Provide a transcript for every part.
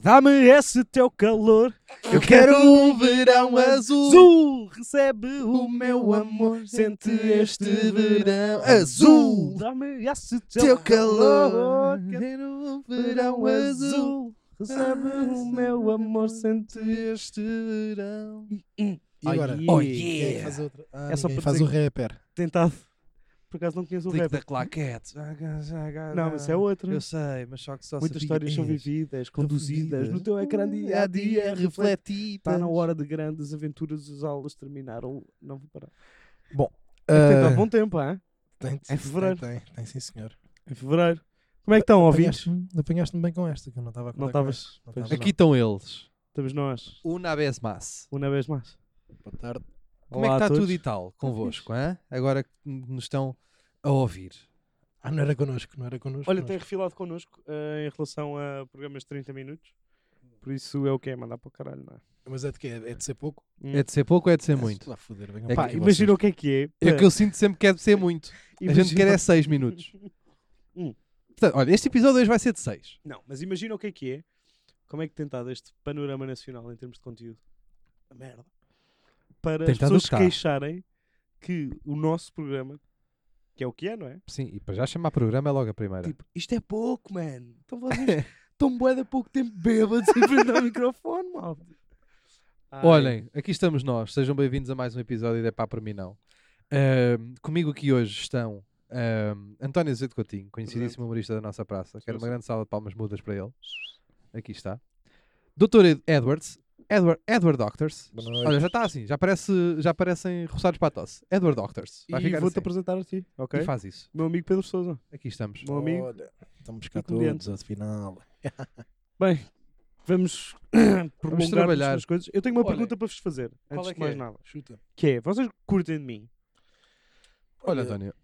Dá-me esse teu calor. Eu quero um verão azul. Azul, recebe o meu amor. Sente este verão azul. Dá-me esse Teu calor. Quero Quero um Verão azul, recebe o meu amor. Sente este verão. E agora? Ai, Quem Oh, é que yeah. faz outra? Ah, É só ninguém para faz dizer o rapper. tentado. Por acaso não conheço o Clique da rapper. claquete. Ah, ah, ah, Não, ah. mas é outro. Eu sei, mas só que só Muitas sabia é Hum, histórias são este. vividas, conduzidas no teu ecrã dia a dia, reflete. refletidas. Está Tá na hora de grandes aventuras, as aulas terminaram. Não vou parar. Portanto, há Ah, bom tempo, hein? tem, em fevereiro. Tem, tem, tem sim, senhor. Em fevereiro. Como é que estão, ouvintes? Apanhaste-me apanhaste-me bem com esta, que eu não estava a Não contar com estavas- esta. Não pois. estava, Aqui estão eles. Estamos nós, Uma vez mais. uma vez mais. não. Boa tarde. Como é que está tudo e tal convosco, hã? agora que nos estão a ouvir? Ah, não era connosco, não era connosco. Olha, não. tem refilado connosco eh, em relação a programas de 30 minutos. Por isso é o que é mandar para o caralho, não é? Mas é de quê? É de ser pouco? Hum. É de ser pouco ou é de ser muito? Lá foder, venham É Pá, para aqui imagina vocês. o que é que é. É que eu sinto sempre que é de ser muito. A gente Imagina- quer é 6 minutos. Hum. Portanto, olha, este episódio hoje vai ser de 6. Não, mas imagina o que é que é. Como é que tem estado este panorama nacional em termos de conteúdo? A merda. Para Tem as estado pessoas se cá. queixarem que o nosso programa, que é o que é, não é? Sim, e para já chamar programa é logo a primeira. Tipo, isto é pouco, mano. Então vocês estão bué de pouco tempo bêbados em frente ao microfone, malta. Ai, Olhem, aqui estamos nós. Sejam bem-vindos a mais um episódio da Pá para mim não. Ahm, comigo aqui hoje estão ahm, António Azevedo Coutinho, Presente. conhecidíssimo humorista da nossa praça. Quero uma Sim. grande salva de palmas mudas para ele. Aqui está. Doutor Ed- Edwards. Edward, Edward Doctors. Boa noite. Olha, já está assim. Já, parece, já parecem roçados para a tosse. Edward Doctors. Vai e ficar vou-te assim. apresentar a ti, ok? E faz isso. Meu amigo Pedro Sousa. Aqui estamos. Meu amigo. Olha, estamos cá E comediante. todos, afinal. Bem, vamos prolongar trabalhar. as coisas. Eu tenho uma Olha, pergunta para vos fazer, qual antes é de que mais é? nada. Chuta. Que é, vocês curtem de mim? Olha, António,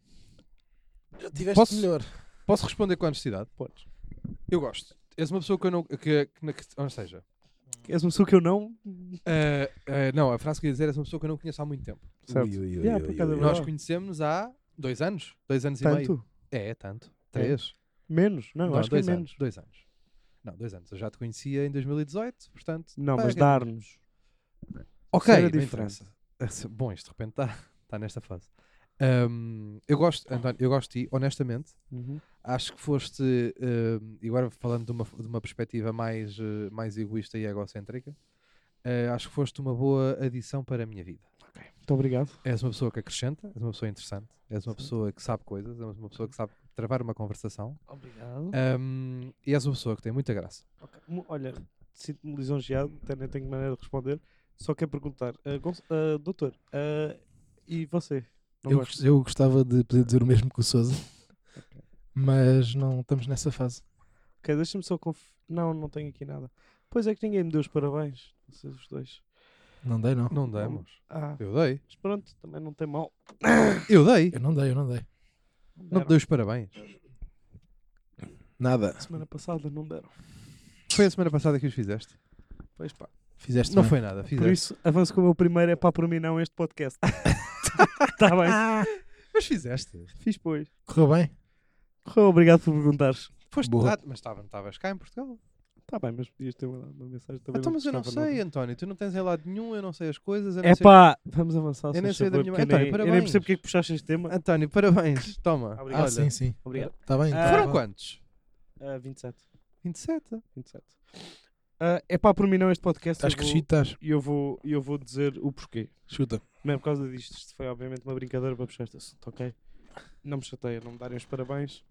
Já tiveste Posso? melhor. posso responder com honestidade? Podes. Eu gosto. És uma pessoa que eu não. Que, que, na- que- ou seja, És uma pessoa que eu não... ah, ah, não, a frase que eu ia dizer és uma pessoa que eu não conheço há muito tempo. Certo. Ui, ui, ui, Yeah, ui, por acaso é ui, Nós verdade. conhecemos há dois anos, dois anos e meio. Tanto? É, é tanto. Três? Menos? Não, Não, acho que é dois menos. anos. Dois anos. Não, dois anos. Eu já te conhecia em 2018, portanto. Não, pá, mas que- dar-nos. Ok, era não diferente. interessa. Ah, se- Bom, isto de repente está está nesta fase. Ahm, eu gosto, António, eu gosto de ti, honestamente. Acho que foste, ahm, e agora falando de uma, de uma perspectiva mais, eh, mais egoísta e egocêntrica, eh, acho que foste uma boa adição para a minha vida. Muito obrigado. És uma pessoa que acrescenta, és uma pessoa interessante, és uma pessoa que sabe coisas, és uma pessoa que sabe travar uma conversação Obrigado. ahm, e és uma pessoa que tem muita graça. Olha, sinto-me lisonjeado, até nem tenho maneira de responder. Só quero perguntar, ah, Gonç- ah, doutor, ah, e você? Não Eu, gosto. gost- eu gostava de poder dizer o mesmo que o Sousa, mas não estamos nessa fase. Ok, deixa-me só conf... Não, não tenho aqui nada. Pois é que ninguém me deu os parabéns, vocês os dois. Não dei, não. Não damos. Ah, Eu dei. mas pronto, também não tem mal. Eu dei. Eu não dei, eu não dei. Não te dei os parabéns. Nada. Semana passada não deram. Foi a semana passada que os fizeste. Pois pá. Fizeste Não bem. foi nada, Por fizeste. isso, avanço com o meu primeiro é pá para mim não este podcast. Está bem? Ah. Mas fizeste. Fiz pois. Correu bem? Correu, obrigado por perguntares. Foste Boa. ah, mas estava- estavas cá em Portugal. Está Tá bem, mas podias ter mandado uma mensagem também. Então, mas eu não precisava sei, António. Tu não tens em lado nenhum, eu não sei as coisas. eu não É sei- pá, vamos avançar. Eu se nem faz sei da favor, minha porque eu mãe. nem- António, Eu nem percebo parabéns. porque é que puxaste este tema. António, parabéns. Toma. Ah, Ah, Olha. sim, sim. Obrigado. Está bem. Ah, tá Foram bem. quantos? Ah, 27. 27. 27. Ah, é pá, por mim não este Tá podcast. Estás eu vou- crescido, estás. E eu vou, e eu vou dizer o porquê. Chuta. Não é por causa disto. Isto foi obviamente uma brincadeira para puxar este assunto, ok? Não me chateia, não me darem os parabéns.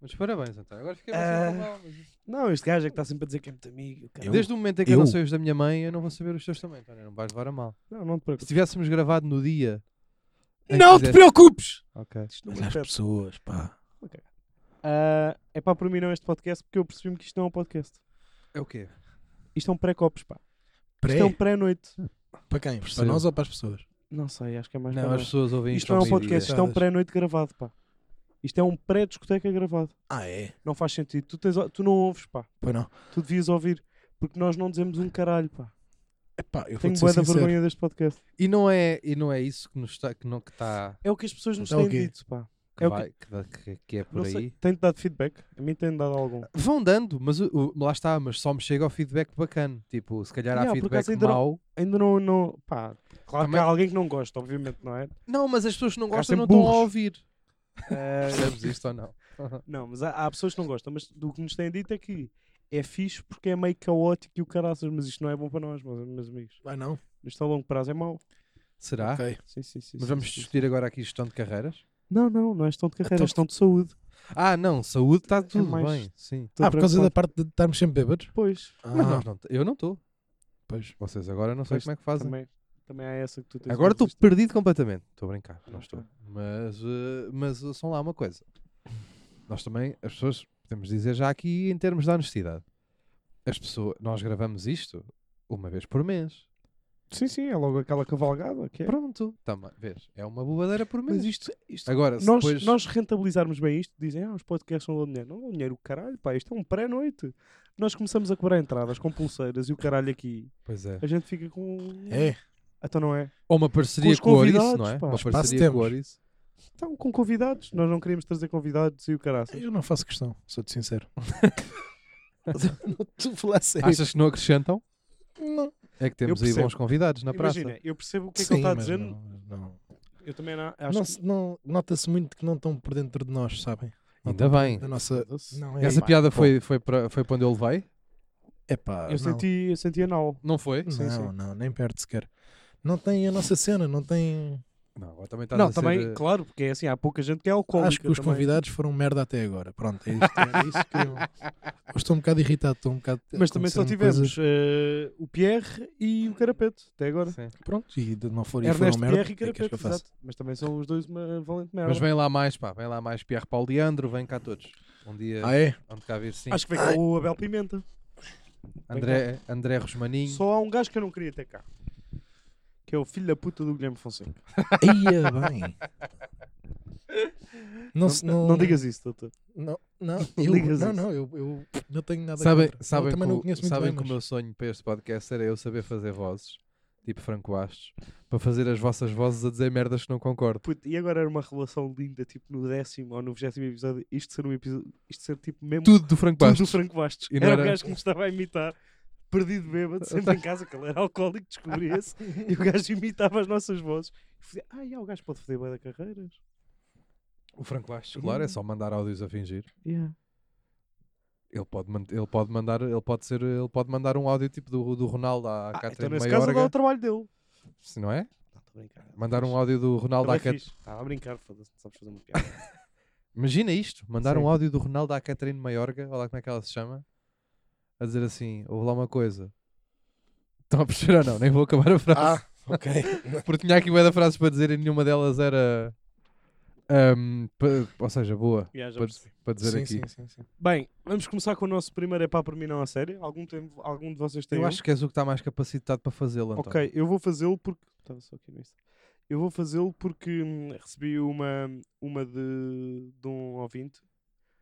Mas parabéns, António. Agora fiquei Ah. bastante mal. mas- Não, este gajo é que está sempre a dizer que é muito amigo. caralho. Desde o momento em que eu, não Eu? sei os da minha mãe, eu não vou saber os teus também. António, não vais levar a mal. Não, não te Se preocupes. tivéssemos gravado no dia. em que Não te fizeste- preocupes! Ok. Isto não Mas me as afeta. pessoas, pá. Ah, é pá, por mim não este podcast porque eu percebi-me que isto não é um podcast. É o quê? Isto é um pré-copos, pá. Pré? Isto é um é pré-noite. Para quem? Para Percebo. nós ou para as pessoas? Não sei, acho que é mais Não, para as nós. pessoas ouvem Isto não é um podcast, isto é um Convidadas. pré-noite gravado, pá. Isto é um pré-discoteca gravado. Ah, é? Não faz sentido. Tu, tens, tu não ouves, pá. Pois não. Tu devias ouvir. Porque nós não dizemos um caralho, pá. Epá, eu vou Tenho te boa ser da sincero. vergonha deste podcast. E não é, e não é isso que nos está, que não que está, É o que as pessoas nos Então, têm o quê? dito, pá. que, É o que- vai, que, dá- que- que é por Não sei, aí. tem-te dado feedback? A mim tem dado algum. Vão dando, mas o- o- lá está, mas só me chega o feedback bacana. Tipo, se calhar há Yeah, por feedback acaso ainda não- mau. Ainda não. não pá, claro Também- que há alguém que não gosta, obviamente, não é? Não, mas as pessoas que não Cá gostam não sempre estão a burros. ouvir. Eh, Percebes isto ou não? não, mas há, há pessoas que não gostam, mas do que nos têm dito é que é fixe porque é meio caótico e o caraças, mas isto não é bom para nós, meus, meus amigos. Vai não? Isto a longo prazo é mau. Será? Ok. Sim, sim, sim. sim, Mas vamos sim, sim. discutir agora aqui gestão de carreiras? Não, não, não é gestão de carreira, Então- é gestão de saúde. Ah, não, saúde está tudo É mais- bem. Sim. Estou ah, por causa da preocupado. parte de estarmos sempre bêbados? Pois, Mas Ah, nós não, eu não estou. pois. Vocês agora não sei Pois, como é que fazem. também, também há essa que tu tens. Agora mas estou isto- perdido completamente. Estou a brincar, não Não estou. está. Mas, eh, mas eh, são lá uma coisa. Nós também, as pessoas, podemos dizer já aqui em termos da honestidade. As pessoas, nós gravamos isto uma vez por mês. Sim, sim, é logo aquela cavalgada que é. Pronto. Também, vês, é uma bobadeira por mês. Mas isto, isto Agora, se nós, depois... nós rentabilizarmos bem isto, dizem, ah, os podcasts não dão dinheiro. Não dão dinheiro, o caralho, pá, isto é um pré-noite. Nós começamos a cobrar entradas com pulseiras e o caralho aqui. Pois é. A gente fica com. É. Então não é? Ou uma parceria os com, o Oris, não convidados, é? pá. Uma Espaço parceria com o temos. Oris. Então, com convidados. Nós não queríamos trazer convidados e o caralho. Eu não faço questão, sou-te sincero. não estou a falar sério. Achas que não acrescentam? Não. É que temos aí percebo. bons convidados na praça. Imagina, eu percebo o que é que Sim, ele está a mas dizer. não- não. Eu também não, acho Não que- se- não- Nota-se muito que não estão por dentro de nós, sabem? Não Ainda estão por bem. dentro Da nossa... Não, é Essa pá, piada bom. foi, foi, para, foi para onde eu levei? É pá, eu não. senti, eu senti anal. Não foi? Não, sim, sim. não, nem perto sequer. Não tem a nossa cena, não tem... Não, agora também está a não, ser, também, eh, claro, porque é assim, há pouca gente que é alcoólica. Acho que os também. convidados foram merda até agora. Pronto, é isto. É isso que eu... eu estou um bocado irritado, estou um bocado... Mas também só aconteceram coisas- tivemos eh, o Pierre e o Carapete, até agora. sim. Pronto, e de- não foram, e foram Ernesto merda. Pierre e o que é que queres Carapete, que eu faça? exato. Mas também são os dois uma valente merda. Mas vem lá mais, pá, vem lá mais Pierre Paulo Leandro, vem cá todos. Um dia, Ah, é? onde cá vir, sim. Acho que vem cá o Abel Pimenta. André, André Rosmaninho. Só há um gajo que eu não queria ter cá. Que é o filho da puta do Guilherme Fonseca. Ia bem. Não, se- não, Não, digas isso, doutor. Não, não, Não eu, digas não, isso. não, eu, eu não tenho nada Sabem, contra. Eu sabem, também que, não o- conheço muito sabem bem, que o mas- meu sonho para este podcast era eu saber fazer vozes, tipo Franco Bastos, para fazer as vossas vozes a dizer merdas que não concordo. Puto, e agora era uma relação linda, tipo no décimo ou no vigésimo episódio, isto ser um episódio, isto ser tipo mesmo Tudo do Franco tudo Bastos. do Franco Bastos. E não era, o era- gajo que me estava a imitar, perdido bêbado, sempre em casa, que ele era alcoólico, descobria-se, e o gajo imitava as nossas vozes. E fazia, ah, já, o gajo pode foder bem da carreiras. O Franco Bastos, claro, Uhum. é só mandar áudios a fingir. Yeah. Ele pode, man- ele pode mandar, ele pode ser, ele pode mandar um áudio tipo do, do Ronaldo à Ah, Catherine então nesse caso dá o Maiorga, trabalho dele. se não é? Não, estou a brincar. Mandar um áudio do Ronaldo à Também Cat... fixe. Estava a brincar, foda-se, não sabes fazer uma piada. Imagina isto, mandar um Sim. áudio do Ronaldo à Catherine Maiorga, olha lá como é que ela se chama, a dizer assim, ouve lá uma coisa. Estão a perceber ou não? Nem vou acabar a frase. Ah, ok. Porque tinha aqui bué de frases para dizer e nenhuma delas era... ahm, pa- ou seja, boa, Yeah, já Pode- percebi. para dizer sim, aqui. sim, sim, sim. Bem, vamos começar com o nosso primeiro é pá para mim não a sério. Algum, tempo, algum de vocês tem Eu um? acho que és o que está mais capacitado para fazê-lo, então. Ok, eu vou fazê-lo porque. Estava só aqui no Insta. Eu vou fazê-lo porque hum, recebi uma, uma de, de um ouvinte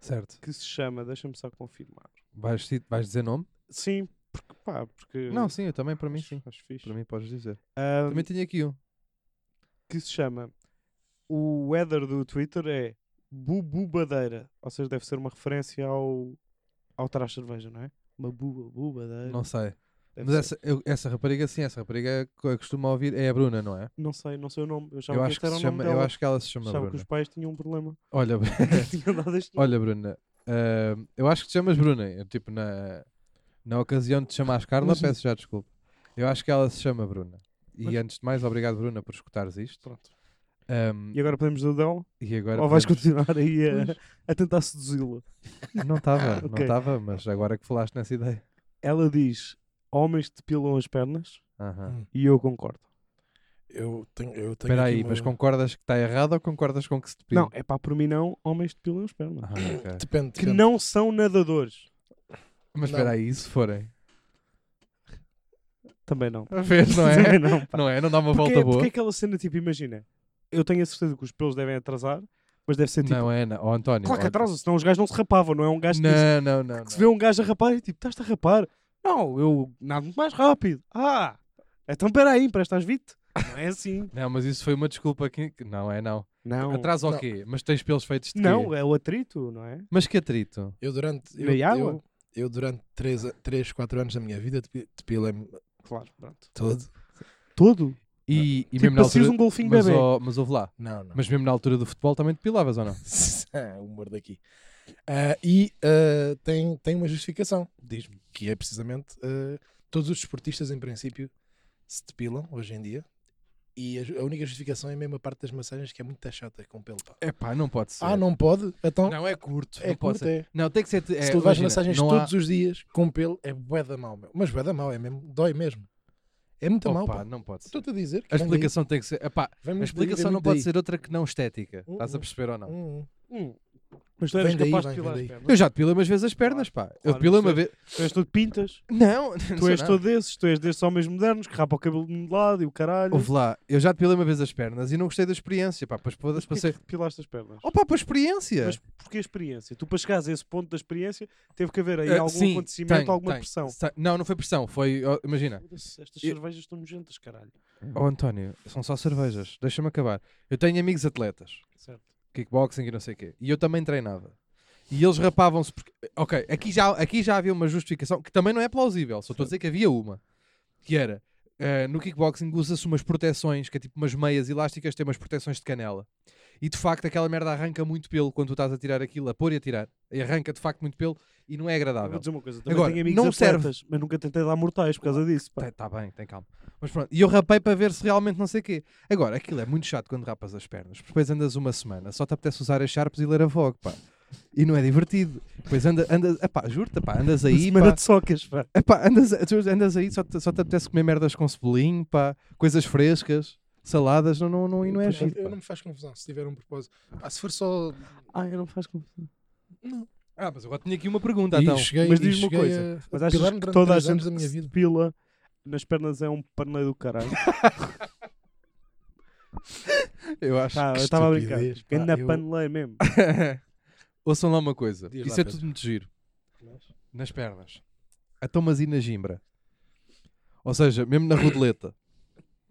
Certo. que se chama. Deixa-me só confirmar. Vais, ti- vais dizer nome? Sim, porque pá, porque. Não, sim, eu também, para mim acho- sim. Acho fixe. Para mim podes dizer. Ahm, Também tinha aqui um. que se chama. O weather do Twitter é bububadeira. Ou seja, deve ser uma referência ao. ao trás cerveja, não é? Uma buba, bubadeira. Não sei. deve Mas ser. essa, eu- essa rapariga, sim, essa rapariga que costuma ouvir é a Bruna, não é? Não sei, não sei o nome. Eu achava Eu que acho este que, era se o nome chama, eu dela. acho que ela se chama Achava que Bruna. os pais tinham um problema. Olha, Tinham dado este nome. olha Bruna, ahm, eu acho que te chamas Bruna. Eu, tipo, na, na ocasião de te chamares Carla, Mas- peço já desculpa. Eu acho que ela se chama Bruna. E Mas- antes de mais, obrigado, Bruna, por escutares isto. Pronto. Ahm, E agora podemos dar o dela? e agora. Ou vais podemos- continuar aí a, a tentar seduzi-la? Não estava, não Ok. estava, mas agora que falaste nessa ideia. Ela diz: Homens depilam as pernas, Aham. Hum. e eu concordo. Eu tenho, eu tenho Ah. Espera aqui aí, uma- mas concordas que está errado ou concordas com que se depila? Não, é pá, por mim não, homens depilam as pernas. Ah, ok. Depende, Que depende. não são nadadores. Mas Não. espera aí, e se forem. Também não. A ver, não é? Também não, pá. Não é? Não dá uma Porque, volta boa? porque é aquela cena tipo, imagina, eu tenho a certeza que os pelos devem atrasar, mas deve ser tipo, Não é, não. Ó, António. claro que ó- atrasa, senão os gajos não se rapavam, não é um gajo que diz- Não, não, não. que se não. vê um gajo a rapar e tipo, estás-te a rapar? Não, eu nado muito mais rápido. Ah, então peraí, empresta às 20. Não é assim. Não, mas isso foi uma desculpa que que não é, não. Não, Atrás ao Não. quê? Mas tens pelos feitos de quê? não é o atrito, não é? Mas que atrito? Eu durante. Eu, Na água? eu, eu durante 3, três 4 anos da minha vida depi- depilei-me Claro, pronto. todo. Todo? E, e tipo, mesmo na altura... parecias um golfinho mas, bebê. ó- mas houve lá. Não, não. Mas mesmo na altura do futebol também depilavas ou não? É, o humor daqui. Ah, e ah, tem, tem uma justificação, diz-me, que é precisamente ah, todos os desportistas, em princípio, se depilam hoje em dia. E a, ju- a única justificação é mesmo a parte das massagens, que é muito chata com pelo. Pá. É pá, não pode ser. Ah, não pode? Então, Não, é curto. é não pode curto, ser. é. Não, tem que ser. é, Se tu levas imagina, massagens não há- todos os dias com pelo, é bué da mau, meu. Mas bué da mau, é mesmo, dói mesmo. É muito mau, Opa, pá. não pode ser. Estou-te a dizer que A vem daí. explicação tem que ser. Epá, Vem a muito daí, explicação vem não muito pode daí. ser outra que não estética. Hum, Estás a hum. perceber ou não? Hum, hum. Hum. Mas tu eras Vem daí, capaz de vem, depilar vem as daí. pernas. Eu já depilei umas vezes as pernas, pá. Eu uh. Claro, depilei uma percebo. vez. Tu és todo pintas, Não, não tu sou és nada. todo desses, tu és desses homens modernos que rapa o cabelo de um lado e o caralho. Ouve lá, eu já depilei uma vez as pernas e não gostei da experiência, pá. Pois Mas foda-se, porquê passei. É. que depilaste as pernas? Opa, para experiência. Mas porque a experiência? Tu para chegares a esse ponto da experiência teve que haver aí Ah, algum sim, acontecimento, tem, alguma tem. pressão. Sa- Não, não foi pressão, foi. ó, imagina. Foda-se, Estas Eu- cervejas estão nojentas, caralho. Oh António, são só cervejas, deixa-me acabar. Eu tenho amigos atletas, Certo. kickboxing e não sei o quê, e eu também treinava. E eles rapavam-se porque. Ok, aqui já, aqui já havia uma justificação que também não é plausível, só estou a dizer que havia uma. Que era, eh, no kickboxing usa-se umas proteções, que é tipo umas meias elásticas, tem umas proteções de canela. E de facto aquela merda arranca muito pelo quando tu estás a tirar aquilo, a pôr e a tirar. E arranca de facto muito pelo e não é Eu vou agradável. dizer uma coisa, também Agora, tenho amigos não serve. atletas, mas nunca tentei dar mortais por causa disso. pá. Está bem, tem calma. Mas pronto, e eu rapei para ver se realmente não sei o quê. Agora, aquilo é muito chato quando rapas as pernas, porque depois andas uma semana, só te apetece usar as Sharps e ler a Vogue, pá. E não é divertido. Depois anda, andas, epá, juro-te, pá, andas Uma aí, semana pá, de socas, pá. epá, andas, tu andas aí, só te, só te apetece comer merdas com cebolinho, pá, coisas frescas, saladas, não, não, não, e não é Eu- giro, Eu pá. não me faz confusão se tiver um propósito. Pá, se for só. Ah, eu não faço confusão. Ah, mas agora tinha aqui uma pergunta, Ih, então. cheguei, mas ih, diz-me uma cheguei coisa, a- Mas a achas depilar-me que eh, durante toda a três gente anos da que minha se vida. depila nas pernas é um parneiro do caralho? Eu acho Tá, que eu estava a brincar. estupidez, pá, Ainda eu- paneleiro mesmo. Ouçam lá uma coisa, Diz lá, isso é Pedro. tudo muito giro. Nas pernas. Então, mas e na gimbra? Ou seja, mesmo na rodeleta.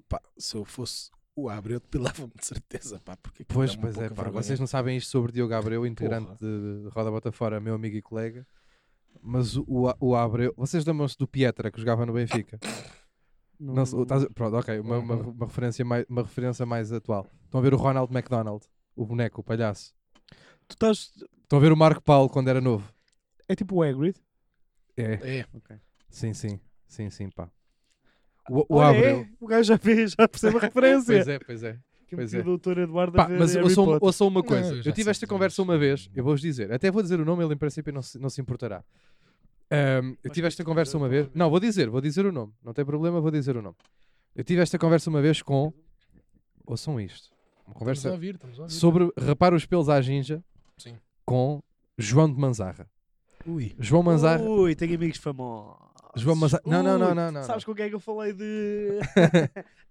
Pá, se eu fosse o Abreu, depilava-me de certeza, pá, porque aquilo Pois, dá-me pois é, pouca pá, vergonha. vocês não sabem isto sobre Diogo Abreu, integrante Porra. de de Roda Bota Fora, meu amigo e colega. Mas o, o, A- o Abreu, vocês lembram-se do Pietra que jogava no Benfica? Hum. Não, se- estás a- pronto, ok, uma, uma- Uhum. uma referência mais, uma referência mais atual. Estão a ver o Ronald McDonald, o boneco, o palhaço. Tu estás. Estão a ver o Marco Paulo quando era novo. É tipo o Hagrid. É, É, sim, sim, sim, sim, pá. O, o Olha, Abreu. é, o gajo já fez, já percebe a referência. Pois é, pois é. Que pois meteu é. o doutor Eduardo a Pá, ver mas Harry ouçam, Potter. É. ouçam uma coisa. Não, eu já eu tive sei esta que não conversa sei. uma vez, eu vou-vos dizer. Até vou dizer o nome, ele em princípio não se, não se importará. Ahm, eu Mas tive esta diz-te, conversa eu uma estou a vez. ver. Não, vou dizer, vou dizer o nome. Não tem problema, vou dizer o nome. Eu tive esta conversa uma vez com. Ouçam isto. Uma estamos a conversa ouvir, estamos a ouvir. sobre rapar os pelos à ginja Sim. com João de Manzarra. Ui, João Manzarra. Ui, tenho amigos famosos. João Manzarra. Não, não, não, Ui, não, não, Sabes não. com quem é que eu falei de,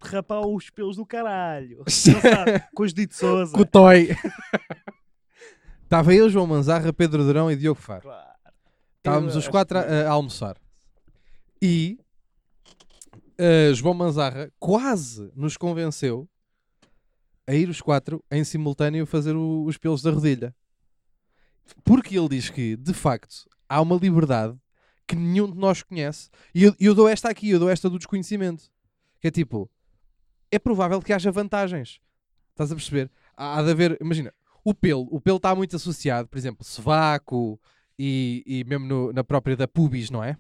de rapar os pelos do caralho? Não sabe? com os Dito Oh, Souza. Cotói. Estava eu, João Manzarra, Pedro Durão e Diogo Faro. Claro. Estávamos Eu os acho quatro a, que- a almoçar. E eh, João Manzarra quase nos convenceu a ir os quatro em simultâneo fazer o- os pelos da rodilha. Porque ele diz que, de facto, há uma liberdade que nenhum de nós conhece. E eu, eu dou esta aqui, eu dou esta do desconhecimento. Que é tipo, é provável que haja vantagens. Estás a perceber? Há, há de haver, imagina, o pelo. O pelo está muito associado, por exemplo, sovaco e, e mesmo no- na própria da pubis, não é?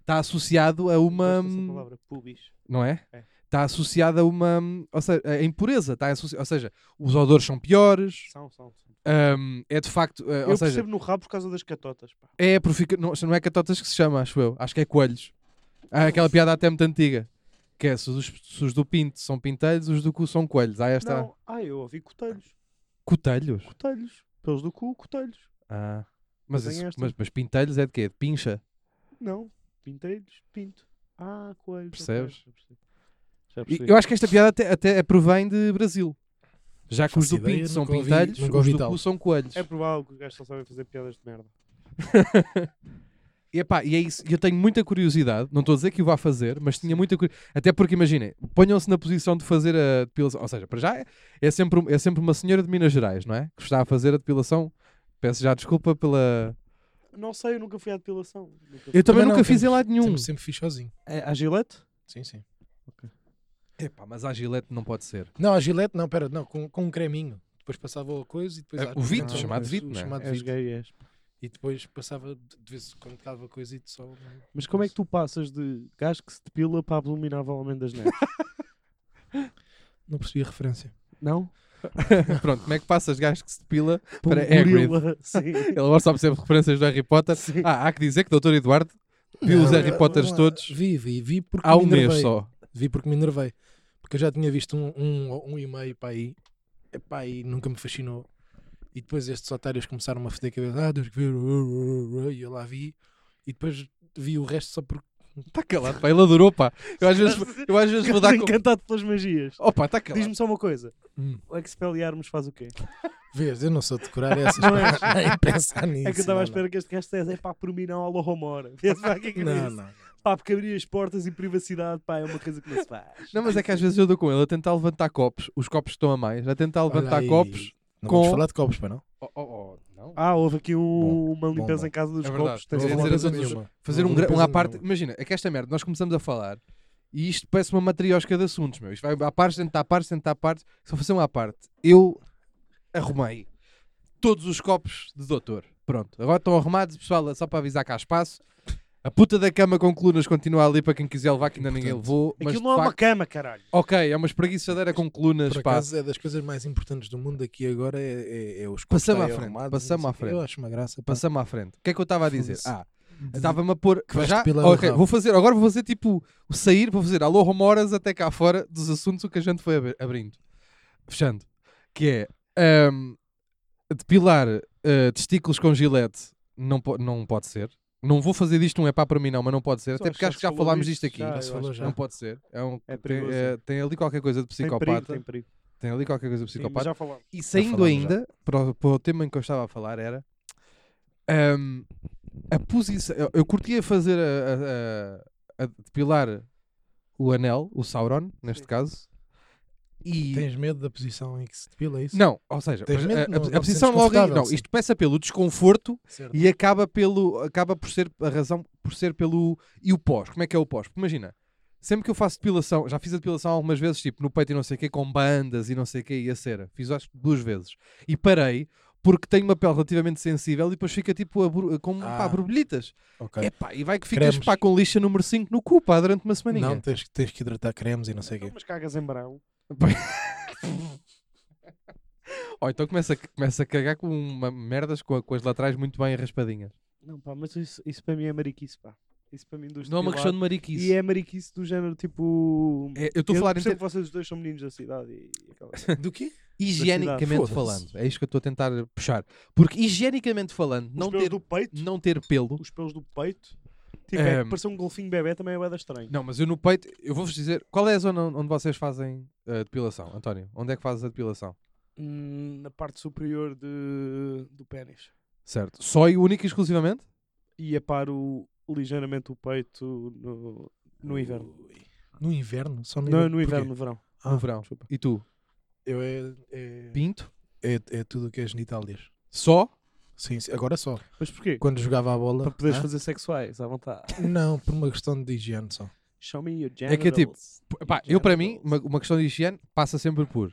Está associado a uma... hum, Gosto dessa palavra, pubis. Não é? É. Está associada a uma... Ou seja, a impureza. Está associ- ou seja, os odores são piores. São, são. são. hum, é de facto... eh, Eu ou seja, percebo no rabo por causa das catotas. Pá. é profica... não, não é catotas que se chama, acho eu. Acho que é coelhos. Há aquela piada até muito antiga. Que é, se os, se os do pinto são pintelhos, os do cu são coelhos. Há esta... Não, ah, eu ouvi cotelhos. Cotelhos? Cotelhos. Pelos do cu, cotelhos. Ah. Mas, Tem isso- esta. mas, mas pintelhos é de quê? De pincha? Não, pintei-lhes, pinto. Ah, coelho. Percebes? Já E percebi. eu acho que esta piada até, até é provém de Brasil. Já que os Faço do ideia, pinto são nunca ouvi- pintelhos, nunca os ouvi do tal. É cu são coelhos. É provável que os gajos só sabem fazer piadas de merda. E, epá, e é isso, eu tenho muita curiosidade, não estou a dizer que o vá fazer, mas tinha muita curiosidade. Até porque imaginem, ponham-se na posição de fazer a depilação, ou seja, para já é, é sempre, um- é sempre uma senhora de Minas Gerais, não é? Que está a fazer a depilação. Peço já desculpa pela. Não sei, eu nunca fui à depilação. Nunca Eu também, Também não, nunca fiz em temos- lado nenhum. Sempre, sempre fiz sozinho. fui. É, à Gillette? Sim, sim. Epá, mas a Gillette não pode ser. Não, a Gillette não, pera, não, com, com um creminho. Depois passava a coisa e depois... É, ah, o Vito, não, chamado mas Vito, o não é? chamado És Vito. gay, és. E depois passava, de de vez em quando estava a coisa e só... Mas como é que tu passas de gajo que se depila para abominável homem das neves? Não percebi a referência. não? Pronto, como é que passas de gajo que se depila? Para um Para Hagrid. Sim. Ele agora só percebe referências do Harry Potter. Sim. Ah, há que dizer que o Dr. Eduardo viu os Não, Harry não, Potters não, todos Vi, vi, vi porque há me um mês enervei. só. Vi porque me enervei. Porque eu já tinha visto um, um, um e-mail para aí. Epá, e nunca me fascinou. E depois estes otários começaram a foder a cabeça. Ah, tens que ver. E eu lá vi. E depois vi o resto só porque. Está calado, pá, ele adorou, pá. Eu às vezes, eu às vezes vou dar. Estás Com... encantado pelas magias. Opa, está calado. Diz-me só uma coisa. Hum. O Expelliarmus faz o quê? Vês, eu não sou decorar essas Não és? coisas. Nem pensar nisso. é que eu estava à não, espera que este gajo dissesse, é pá, por mim não, alô, homora. Vês pá, o que é que eu Não, não. disse? Pá, porque abrir as portas e privacidade, pá, é uma coisa que não se faz. Não, mas é que às vezes eu dou com ele a tentar levantar copos. Os copos estão a mais. A tentar levantar copos. Não com- vamos falar de copos, para não? Oh, oh, oh, não. Ah, houve aqui um- Bom, uma limpeza bom. em casa dos É verdade. copos. Não Tens vou de falar falar coisa com eles. nenhuma. Fazer Não um, vou gra- fazer um à parte. nenhuma. Imagina, é que esta merda, nós começamos a falar e isto parece uma matriosca de assuntos, meu. Isto vai à parte, dentro da parte, dentro da parte. Só fazer uma à parte. Eu arrumei todos os copos de doutor. Pronto, agora estão arrumados, pessoal, só para avisar que há espaço. A puta da cama com colunas continua ali para quem quiser levar, que ainda ninguém levou. Mas Aquilo de não é uma facto- cama, caralho. Ok, é uma espreguiçadeira com colunas, Por pá. acaso é das coisas mais importantes do mundo aqui agora. É, é, é os copos. Passamos estarem à frente, arrumados, passamos não à sei o quê. frente. Eu acho uma graça. pá. Passamos à frente. O que é que eu estava a dizer? Foda-se. Ah, estava-me a pôr. que vais já, depilar o ok, rabo. vou fazer, agora vou fazer tipo o sair, vou fazer alô Romoras até cá fora dos assuntos o que a gente foi abri- abrindo. Fechando. Que é ahm, depilar ah, testículos com gilete não, po- não pode ser. Não vou fazer disto um é pá para mim, não, mas não pode ser. Até porque acho que já falou falámos disto disto, aqui. já, Já se eu falou acho. já. Não pode ser. É um- É tem, perigoso. é- tem ali qualquer coisa de Tem perigo, psicopata. Tem perigo. Tem ali qualquer coisa de Sim, psicopata. mas já falámos. E saindo falámos ainda, para o, para o tema em que eu estava a falar, era ahm, a posição. Eu, eu curtia fazer a, a- a- a depilar o anel, o Sauron, neste Sim. caso. E. Tens medo da posição em que se depila é isso? Não, ou seja, Tens mas medo? a, a- Não- a não te posição sentes logo aí, confortável, não, sim. isto peça pelo desconforto Certo. e acaba pelo acaba por ser a razão por ser pelo e o pós. Como é que é o pós? Porque imagina, sempre que eu faço depilação, já fiz a depilação algumas vezes, tipo no peito e não sei o quê, com bandas e não sei o quê e a cera. Fiz acho que duas vezes. E parei porque tenho uma pele relativamente sensível e depois fica tipo a bru- com pá, Ah. borbolhitas. Ok. Epá, e vai que ficas Cremes. pá, com lixa número 5 no cu pá, durante uma semaninha. Não, tens, tens que hidratar cremes e não sei o Então, quê. mas cagas em brão. Ou então começa, a- começa a cagar com uma, merdas com, a- com as laterais muito bem raspadinhas. Não, pá, mas isso, isso para mim é mariquice, pá. Isso para mim dos Não é uma questão de depilados- mariquice. E é mariquice do género tipo. É, eu estou a falar em percebo ter- que vocês os dois são meninos da cidade e, e aquela- Do quê? higienicamente Foda-se. falando. É isto que eu estou a tentar puxar. Porque higienicamente falando, Os não pelos ter, do peito, não ter pelo. os pelos do peito, tipo, é, Ehm. que parecer um golfinho bebê também é bada estranho. Não, mas eu no peito, eu vou-vos dizer qual é a zona onde vocês fazem a depilação, António? Onde é que fazes a depilação? Hum, Na parte superior de, do pênis. Certo. Só e única e exclusivamente? E aparo ligeiramente o peito no, no inverno. No inverno? Só no Não, inverno? no inverno, Porquê? no verão. Ah, no verão. desculpa. E tu? Eu é, é, Pinto? é, é tudo o que é genital diz. Só? Sim, sim, agora só. Mas porquê? Quando jogava a bola. Para poderes Hã? fazer sexuais à vontade. Não, por uma questão de higiene só. Show me your É genitals. que é tipo, P- pá, eu para mim, uma, Genitals. uma questão de higiene passa sempre por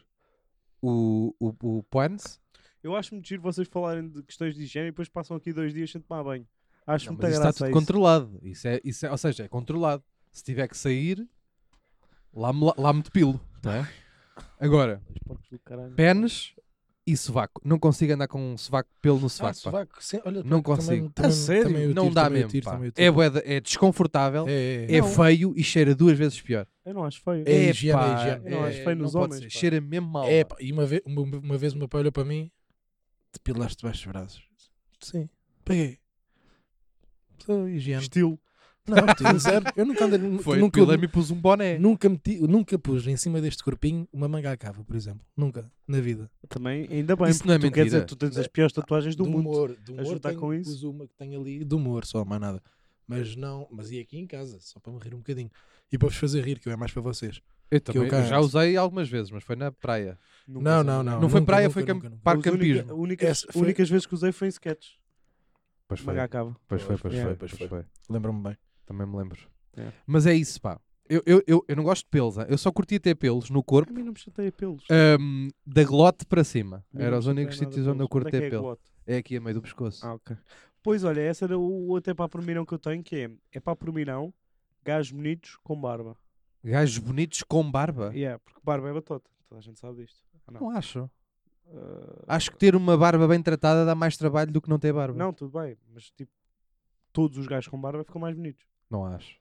o, o, o pans. Eu acho muito giro vocês falarem de questões de higiene e depois passam aqui dois dias sem tomar banho. Acho Não, muita mas isso está graça tudo isso. controlado. Isso é, isso é, ou seja, é controlado. Se tiver que sair, lá me, lá, lá me depilo. Não é? Ah, Agora, Os porcos do caralho. pênis e sovaco. Não consigo andar com um sovaco pelo no sovaco. Ah, pá. sovaco, sim, olha, Não também- consigo. Também, A sério? também eu não tiro, dá também eu mesmo. tiro, pá. também é, eu tiro. bué de- é desconfortável, é, É, é, não. feio e cheira duas vezes pior. Eu não acho feio. Epá, É higiene, é higiene. Eu não acho feio nos pode homens, ser. pá. Cheira mesmo mal. É, pá. pá, e uma vez, uma, uma vez o meu pai olhou para mim, depilaste debaixo dos braços. Sim. Peguei. Sou higiene. Estilo. Não, tiro zero. Eu nunca andei... nu- Foi, nunca, nunca me pus um É. boné. Nunca, meti, nunca pus em cima deste corpinho uma manga à cava, por exemplo. Nunca, na vida. Também, ainda bem, Isso porque não é tu mentira. quer dizer, tu tens as piores tatuagens do, mundo. humor, do humor Ajudar tenho- com isso. uso uma que tenho ali, do humor só, mais nada. Mas não, mas ia aqui em casa, só para me rir um bocadinho. E para vos fazer rir, que eu é mais para vocês. Eu também eu cá eu já antes. usei algumas vezes, mas foi na praia. Nunca Não, usei. não, não. não foi nunca, praia, nunca, foi camp- nunca, nunca. parque As única- campismo. é únicas- Essa foi- únicas vezes que usei foi em sketch. Pois foi, Magacava. pois foi, pois É, foi, pois pois foi. foi. Lembro-me bem. Também me lembro. É. Mas é isso, pá. Eu, eu, eu, eu não gosto de pelos, hein. eu só curtia ter pelos no corpo, A mim não me chateia pelos. ahm, da glote para cima. A mim não É, Era me os chateia únicos nada sítios onde eu pelos. curto Onde é que ter é a pelo. glote? É aqui a meio do pescoço. Ah, ok. Pois olha, essa era o, o até para a promirão que eu tenho, que é, é para a promirão, gajos bonitos com barba. Gajos bonitos com barba? Yeah, porque barba é batota, toda a gente sabe disto. Ou não? Não acho. Ah, Acho que ter uma barba bem tratada dá mais trabalho do que não ter barba. não, tudo bem, mas tipo, todos os gajos com barba ficam mais bonitos. Não acho.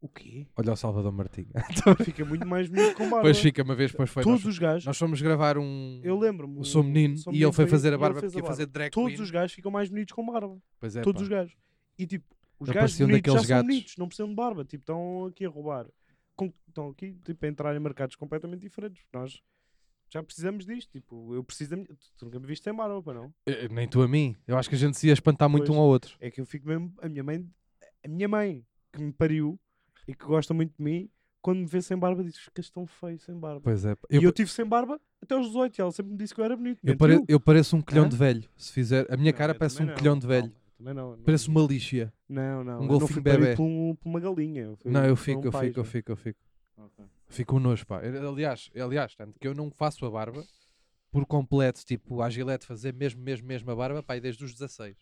O quê? Olha o Salvador Martinho. Tipo, Fica muito mais bonito com barba. Depois fica uma vez, depois foi. todos nós, os gajos, nós fomos gravar um. eu lembro-me. Eu sou menino Sou e ele foi foi- fazer e a ele barba fez a porque ia barba. fazer drag todos queen. os gajos ficam mais bonitos com barba. Pois é, todos os pá. gajos. E tipo, os Não gajos pareciam bonitos já um daqueles são gatos. bonitos, não precisam de barba. Tipo, estão aqui a roubar. Com- Estão aqui tipo, a entrar em mercados completamente diferentes. Nós já precisamos disto. Tipo, eu preciso da minha. Tu, tu nunca me viste sem barba, pá, não? Eh, Nem tu a mim. Eu acho que a gente se ia espantar muito Pois. um ao outro. É que eu fico mesmo. A minha mãe, a minha mãe que me pariu e que gosta muito de mim, quando me vê sem barba, diz que tão feio sem barba. Pois é. pá. e eu Eu, tive sem barba até aos 18 e ela sempre me disse que eu era bonito. eu, Mentiu. pare- eu pareço um colhão Hã? de velho. Se fizer. A minha Não, cara eu parece um também não, colhão de velho. calma, também não, não. Parece uma lixa. Não, não. um eu não golfinho fui parido bebé. por um- por uma galinha. fui- Não, eu por um fico, eu país, fico, eu né? fico, eu fico. Fico um nojo, pá. Eu- Aliás, aliás, tanto que eu não faço a barba por completo, tipo, à gilete fazer mesmo, mesmo, mesmo a barba, pá, e desde os 16.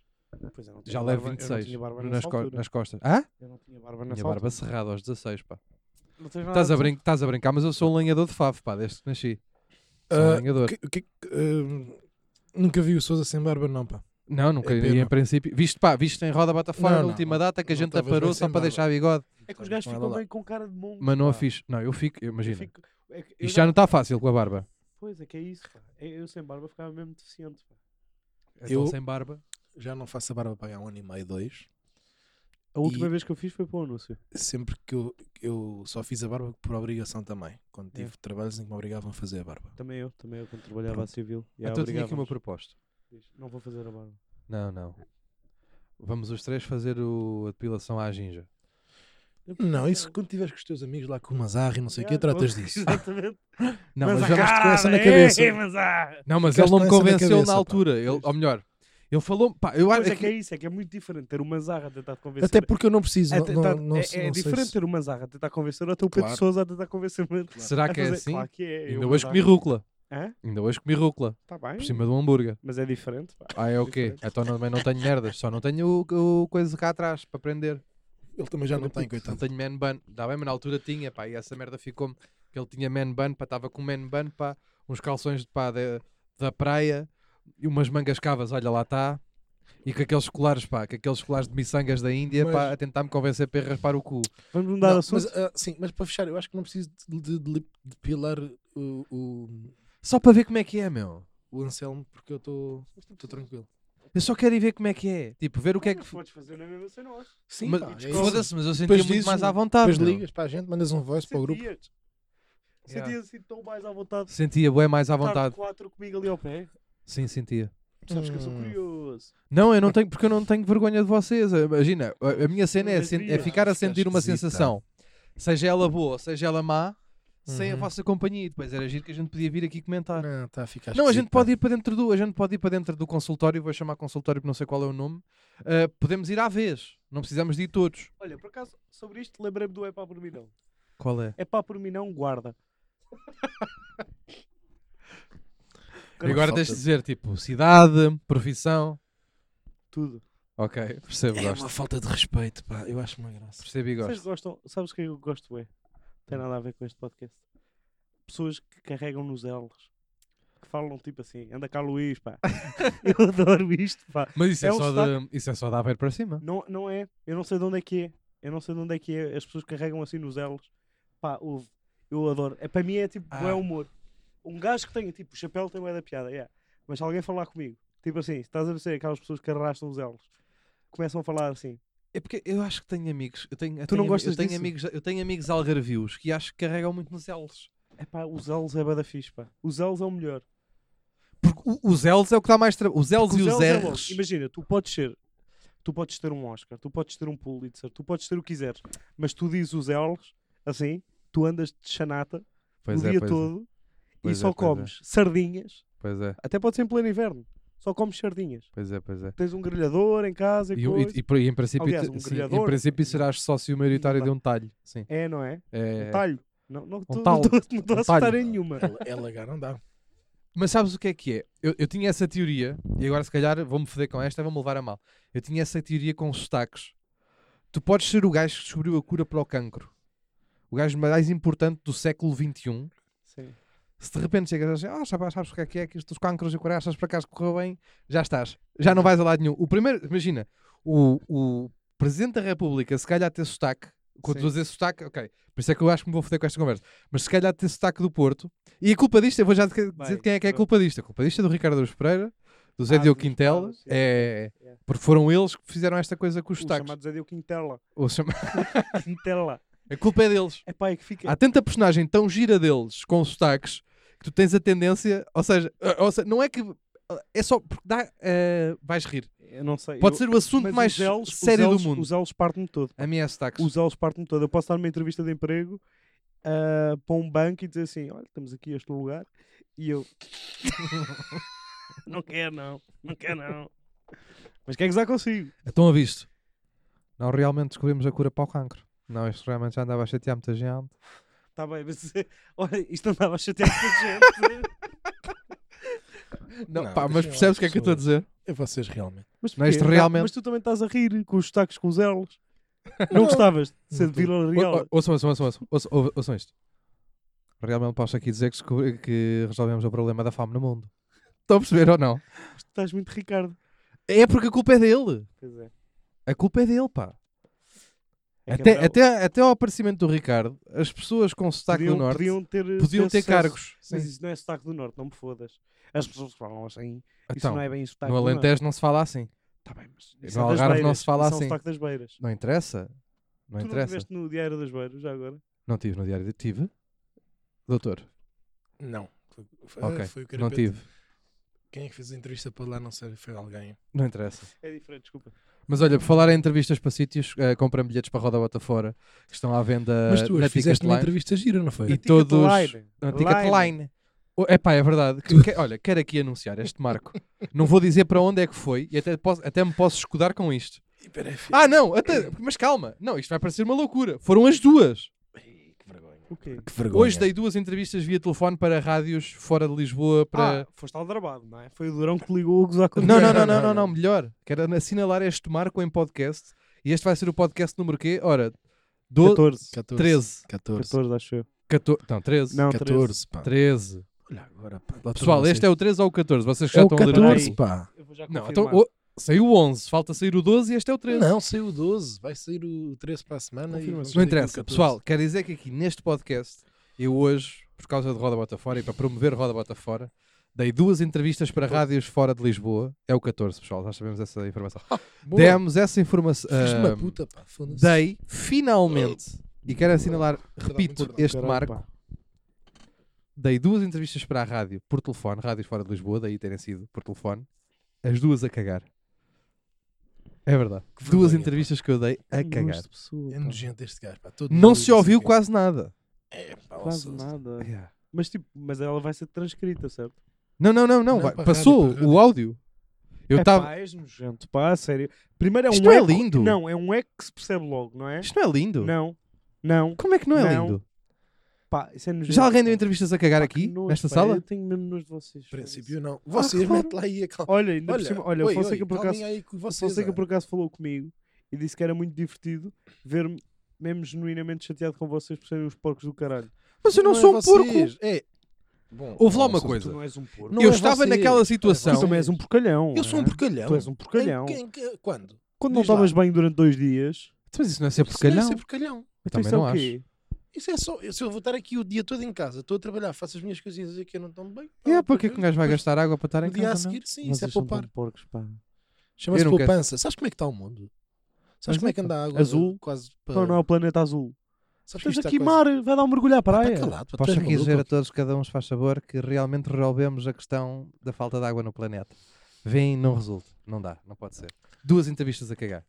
Pois eu não tinha Já levo barba- 26 Eu não tinha barba nas, nessa co- altura. nas costas. Ah? Eu não tinha barba Minha nessa barba altura. Ah, cerrada aos 16, pá. Não tens nada Estás a, dizer. brin estás a brincar, mas eu sou um lenhador de favo, pá, desde que nasci. Sou um Ah, lenhador. que- que- que- hum, nunca vi o Sousa sem barba, não, pá. Não, nunca. é e pena. em princípio. Viste, pá, viste em roda bata fora Não, na não, última não- data que a não gente estavas aparou bem só sem para barba. deixar bigode. É que os Estavas gajos com ela ficam lá. bem com cara de mongo. Mas não a pá. fiz. Não, eu fico. eu- Eu Imagina. fico- é que eu Isto já- já não está fácil com a barba. Pois é, que é isso. pá. Eu eu sem barba ficava mesmo deficiente. pá. Eu Eu- sem barba. Já não faço a barba, pá, há um ano e meio, dois. A última E- vez que eu fiz foi para o anúncio. Sempre que eu, eu só fiz a barba por obrigação também. Quando tive Yeah. trabalhos em que me obrigavam a fazer a barba. Também eu, também eu quando trabalhava Pronto. a civil. E então eu tinha aqui uma obrigávamos. proposta. Diz, Não vou fazer a barba. Não, não. Vamos os três fazer o, a depilação à ginja. Não, isso quando tiveres com os teus amigos lá com o Mazar e não sei o quê, Yeah, tratas pois, disso. Exatamente. Não, mas mas, a eu- Ficaste com essa na cara, cabeça. é, mas ah! não, mas Ficaste ele não me com essa na convenceu na, cabeça, pá. altura. Ele, ou melhor, ele falou. Pá, eu acho Pois é que que. é isso, é que é muito diferente ter uma zarra a tentar convencer. Até porque eu não preciso. a não- tentar- não- não- é, não sei é diferente se- ter uma zarra a tentar convencer ou ter o Pedro Claro. Sousa a tentar convencer-me. Será que A é fazer- assim? Claro que é. Ainda eu hoje mandava- comi rúcula. Hã? Ainda hoje comi rúcula. Tá bem. Por cima de um hambúrguer. Mas é diferente. pá. Ah, é o quê? Diferente. Então não- também não tenho merdas. Só não tenho o, o coisa cá atrás para prender. Ele também já não tem, Não coitado. tenho man bun. Dá bem, mas na altura tinha, pá. E essa merda ficou-me. que Ele tinha man bun, pá. Estava com man bun, pá. Uns calções, pá, da, da praia. E umas mangas cavas, olha lá está. E com aqueles colares, pá. Com aqueles colares de miçangas da Índia, pá. Mas- A tentar-me convencer para ir raspar o cu. Vamos mudar de Não, assunto. mas, ah, sim, mas para fechar, eu acho que não preciso de, de- de lip- depilar o, o, Só para ver como é que é, meu. o Anselmo, porque eu estou tranquilo. Eu só quero ir ver como é que é. Tipo, ver o que é que. Podes fazer na mesma sem nós. Sim, mas pá, é isso. foda-se, mas eu sentia Depois muito dizes- mais à vontade. Depois meu. ligas para a gente, mandas um voice para o grupo. Sentias. Yeah. Sentias assim tão mais à vontade. Sentia bem mais à Tá Estar vontade. quatro comigo ali ao pé. Sim, sentia. Tu sabes que eu sou Hum. curioso. Não, eu não tenho, porque eu não tenho vergonha de vocês. Imagina, a, a minha cena é, Mas sen- é dias. ficar a Ficaste sentir uma esquisita. sensação, seja ela boa ou seja ela má, sem a Uhum. vossa companhia. E depois era giro que a gente podia vir aqui comentar. Não, está a ficar Não, a gente esquisito, pá. pode ir para dentro do, a gente pode ir para dentro do consultório, vou chamar consultório porque não sei qual é o nome. Ah, podemos ir à vez, não precisamos de ir todos. Olha, por acaso, sobre isto, lembrei-me do é pá por mim não. Qual é? É pá por mim não, guarda. E agora Falta- tens de dizer tipo cidade, profissão. Tudo. Ok, percebo, É gosto. uma falta de respeito, pá. Eu acho uma graça. Percebo e Vocês gosto. gostam, sabes o que eu gosto é? Tem nada a ver com este podcast. Pessoas que carregam nos elos. Que falam tipo assim, anda cá Luís, pá. eu adoro isto, pá. Mas isso é, É um só de, isso é só de haver para cima. Não, não é. Eu não sei de onde é que é. Eu não sei de onde é que é. As pessoas carregam assim nos elos. Pá, ouve. Eu adoro. É, para mim é tipo, é Ah. humor. Um gajo que tem, tipo, o chapéu tem bué da piada, yeah. Mas se alguém falar comigo, tipo assim, estás a ver aquelas pessoas que arrastam os elos, começam a falar assim. É porque eu acho que tenho amigos. Eu tenho, eu Tu não tenho ami- gostas eu tenho disso? amigos Eu tenho amigos algarvios que acho que carregam muito nos elos. É pá, os elos é bué da fixe, pá. Os elos é o melhor. Porque o- os elos é o que dá mais trabalho. Os elos Porque e os elos é bom. R's. Imagina, tu podes ser tu podes ter um Oscar, tu podes ter um Pulitzer, tu podes ter o que quiseres, mas tu dizes os elos, assim, tu andas de chanata Pois o é, dia pois é. todo Pois e é, só pois é. comes sardinhas, Pois é, até pode ser em pleno inverno, só comes sardinhas. pois é, pois é. Tens um grelhador em casa e, E, um- e- coisa. e por- e em princípio, Aliás, te- um sim, em grelhador. princípio serás sócio maioritário Não de um talho. Sim. É, não é? É- Um talho. Não não estou talho. não estou Um a acertar talho. em nenhuma. É lagar, não dá. Mas sabes o que é que é? Eu, eu tinha essa teoria, e agora se calhar vou-me foder com esta e vou-me levar a mal. Eu tinha essa teoria com os sotaques. Tu podes ser o gajo que descobriu a cura para o cancro. O gajo mais importante do século um, XXI. Sim. Se de repente chegas assim, ah, sabes, sabes o que é que é, que isto dos cancros e coraças para acaso correu bem, já estás. Já não vais a lado nenhum. O primeiro, imagina, o, o Presidente da República, se calhar ter sotaque, quando Sim. estou a dizer sotaque, ok, por isso é que eu acho que me vou foder com esta conversa, mas se calhar ter sotaque do Porto, e a culpa disto, eu vou já dizer Vai, quem é que é a pronto. culpa disto. A culpa disto é do Ricardo Aruz Pereira, do Zé Ah, Diogo dos Quintel, Carlos, é, yeah. porque foram eles que fizeram esta coisa com os é O sotaques. chamado Zé Diogo Quintela. Ou chama- Quintela. A culpa é deles. É pá, é que fica. Há tanta personagem tão gira deles com sotaques que tu tens a tendência, ou seja, eh, ou seja não é que é só porque dá, eh, vais rir. Eu não sei. Pode eu- ser o assunto mas mais os elos- os sério do elos- mundo. Os elos partem-me todo. A minha é sotaques. Os elos partem-me todo. Eu posso estar numa entrevista de emprego ah, para um banco e dizer assim: olha, estamos aqui a este lugar. E eu. não quero, não. Não quero, não. Mas quer gozar consigo. Estão a visto. Não Então, realmente descobrimos a cura para o cancro. Não, isto realmente já andava a chatear muita gente. Está "Tá bem, mas olha, isto andava a chatear muita gente. Não, Não, pá, mas deixem lá percebes as o que é que eu estou a dizer? É vocês realmente. Mas, Não, isto porquê? realmente- mas tu também estás a rir com os tacos com os elos. Não gostavas de ser de Vila Ou- Real? ou- Ouçam, ouçam, ouçam, ouçam, ouçam, ou- ouçam isto. Realmente posso aqui dizer que, descobri- que resolvemos o problema da fome no mundo. Estão a perceber ou não? Mas tu estás muito Ricardo. É porque a culpa é dele. Pois é. A culpa é dele, pá. É que Até, Abel- até, até ao aparecimento do Ricardo, as pessoas com sotaque podiam, do Norte podiam, podiam ter, eh, ter acesso- cargos. Mas Sim. isso não é sotaque do Norte, não me fodas. As pessoas que falam assim, isso Então, não é bem sotaque no do Norte. Alentejo não se fala assim. Tá bem, mas No isso é das Algarve não beiras, se fala isso é um assim. sotaque das beiras. Não interessa. Não tu não interessa. estiveste no Diário das Beiras, já agora? Não tive no diário. de- Tive? Doutor, Não. Foi, foi- ok. foi o não Carapete. tive. Quem é que fez a entrevista para lá? Não sei, foi alguém. Não interessa. É diferente, desculpa. Mas olha, por falar em entrevistas para sítios, eh, compram bilhetes para Roda Bota Fora, que estão à venda Mas tu na hoje fizeste uma Ticketline. entrevista gira, não E foi? todos- Ticketline. Na Ticketline. Oh, Epá, é verdade. Que- que- olha, quero aqui anunciar este marco. não vou dizer para onde é que foi e até, posso- até me posso escudar com isto. E peraí, fi- Ah, não, até- mas calma, não, isto vai parecer uma loucura. Foram as duas. Ei, Que vergonha. O quê? Que vergonha. Hoje dei duas entrevistas via telefone para rádios fora de Lisboa para. Ah, foste aldrabado, não é? Foi o Durão que ligou a gozar com não, não, não, não, não, não, não. não, melhor. Quero assinalar este marco em podcast. E este vai ser o podcast número quê? Ora, 12, 14. 14. 13. 14. 14, acho eu. 14, não, 13. Não, 13. 14, pá. 13. Olha agora, pá. Pessoal, este é o 13 ou o 14? Vocês que já É o estão a ler o 14, aí. pá. Eu vou já Não, confirmar. então, o- saiu o 11, falta sair o 12 e este é o 13. Não, saiu o 12. Vai sair o 13 para a semana. e Confirma-se. Não vamos ter aqui o interessa. 14. Pessoal, quero dizer que aqui neste podcast, eu hoje, por causa de Roda Bota Fora e para promover Roda Bota Fora, dei duas entrevistas para rádios fora de Lisboa. É o 14, pessoal, já sabemos essa informação. Boa. Demos essa informação. Fiz-te uma ahm, puta, pá. foda-se. dei, finalmente, e quero assinalar, muito repito, verdade. este Caralho, marco. é pá. Dei duas entrevistas para a rádio por telefone, rádios fora de Lisboa, daí terem sido por telefone, as duas a cagar. É verdade. Que duas vergonha, entrevistas que eu dei a Que cagar. gosto de pessoa, É pá. nojento este gajo, pá. Todo Não maluco, se ouviu sei o quê. quase nada. É, pá, ó, Quase Sousa. nada. Mas tipo, mas ela vai ser transcrita, certo? Não, não, não, não. Não, é vai- para a Passou rádio, para a o áudio. Eu é estava. pá, és nojento, pá, a sério. Primeiro é um Isto não é eco- lindo. Não, é um eco que se percebe logo, não é? Isto não é lindo? Não, não. Como é que não é Não. lindo? Pá, isso é nojento. Já alguém deu pá. entrevistas a cagar Pá, aqui, que nojo, nesta pá, é- sala? Eu tenho mesmo nojo de vocês. Em princípio, foda-se. não. Vocês, Ah, claro. mete lá aí a calma. Olha, ainda por cima, olha, o Fonseca por acaso, Aí com o vocês, Fonseca olha. por acaso falou comigo e disse que era muito divertido ver-me mesmo genuinamente chateado com vocês por serem os porcos do caralho. Mas eu não, Não é sou um vocês, porco. É. Bom, Ouve lá uma vocês- coisa. Tu não és um porco. Não eu é estava vocês. naquela tu situação. também és um porcalhão. Eu sou um não é? porcalhão. Tu és um porcalhão. Em- em que- quando? Quando não Diz lá. tomavas banho durante dois dias, Mas isso não é ser Isso não é porcalhão. ser porcalhão. então também isso é não o quê? Isso é só. eu- Se eu vou estar aqui o dia todo em casa, estou a trabalhar, faço as minhas coisinhas aqui, eu não tomo bem. É, Não, porque é que um gajo vai depois, gastar água para estar em No dia a casa? não? seguir, sim, isso é Vocês são tão poupar. porcos, pá. Chama-se Eu não quero- poupança. Sabes como é que está o mundo? Mas Sabes como é, é que anda a água? azul. Quase Então não é o planeta azul. Sabes Estás isto a está queimar, vai dar um mergulho à quase- praia. Está calado, pá, tu Posso és aqui maluco, dizer a todos, cada um se faz favor, que realmente resolvemos a questão da falta de água no planeta. Vem, não resulta. Não dá, não pode ser. duas entrevistas a cagar.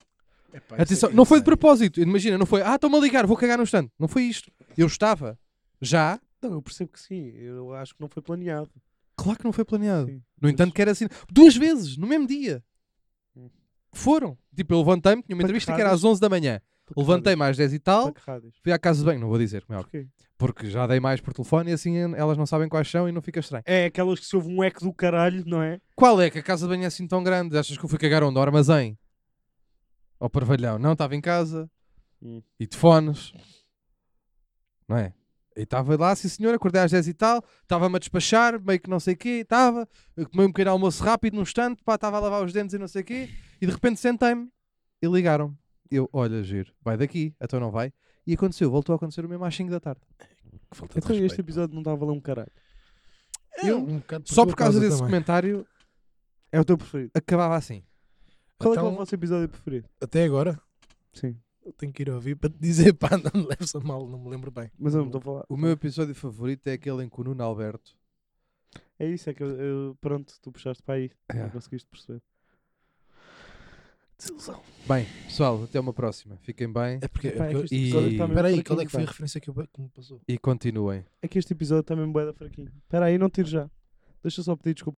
Epá, isso Atenção, é não foi de insano. propósito. Imagina, não foi, ah, estão-me a ligar, vou cagar no instante. Não foi isto. Eu estava já. Não, eu percebo que sim. Eu acho que não foi planeado. Claro que não foi planeado. Sim, no mas- entanto, que era assim. Duas vezes, no mesmo dia. Hum. Foram. Tipo, eu levantei-me, tinha uma entrevista que era às 11 da manhã. Levantei-me às 10 e tal, Para que rádios? fui à casa de banho, não vou dizer, como é óbvio, Tá Porquê? porque já dei mais por telefone e assim elas não sabem quais são e não fica estranho. É aquelas que se houve um eco do caralho, não é? Qual é que a casa de banho é assim tão grande? Achas que eu fui cagar onde? Ao armazém? Ao parvalhão? Não, estava em casa. Hum. E de fones. Não é? E estava lá, sim senhor, acordei às 10 e tal, estava-me a despachar, meio que não sei o quê, estava, eu comi um pequeno almoço rápido num instante, pá, estava a lavar os dentes e não sei o quê, e de repente sentei-me e ligaram-me. Eu, olha, giro, vai daqui, então não vai. E aconteceu, voltou a acontecer o mesmo às 5 da tarde. Que falta de Então este respeito. episódio não está a valer um caralho. É um bocado Só tua por causa desse também. comentário, É o teu preferido. acabava assim. Qual é que é Então, o vosso episódio preferido? Até agora, Sim. eu tenho que ir ouvir para te dizer, pá, não me leves a mal, não me lembro bem. Mas eu não estou a falar. O meu episódio favorito é aquele em que o Nuno Alberto É isso, é que eu, eu- pronto, tu puxaste para aí. É. Não conseguiste perceber. Desilusão. Bem, pessoal, até uma próxima. Fiquem bem É porque. é Epá, é que porque- este e- episódio está mesmo Espera aí, fraquinho, qual é que foi a pá. referência que, eu, que me passou? e continuem. É que este episódio está mesmo bué da fraquinho. Espera aí, não tiro já. Deixa eu só pedir desculpa.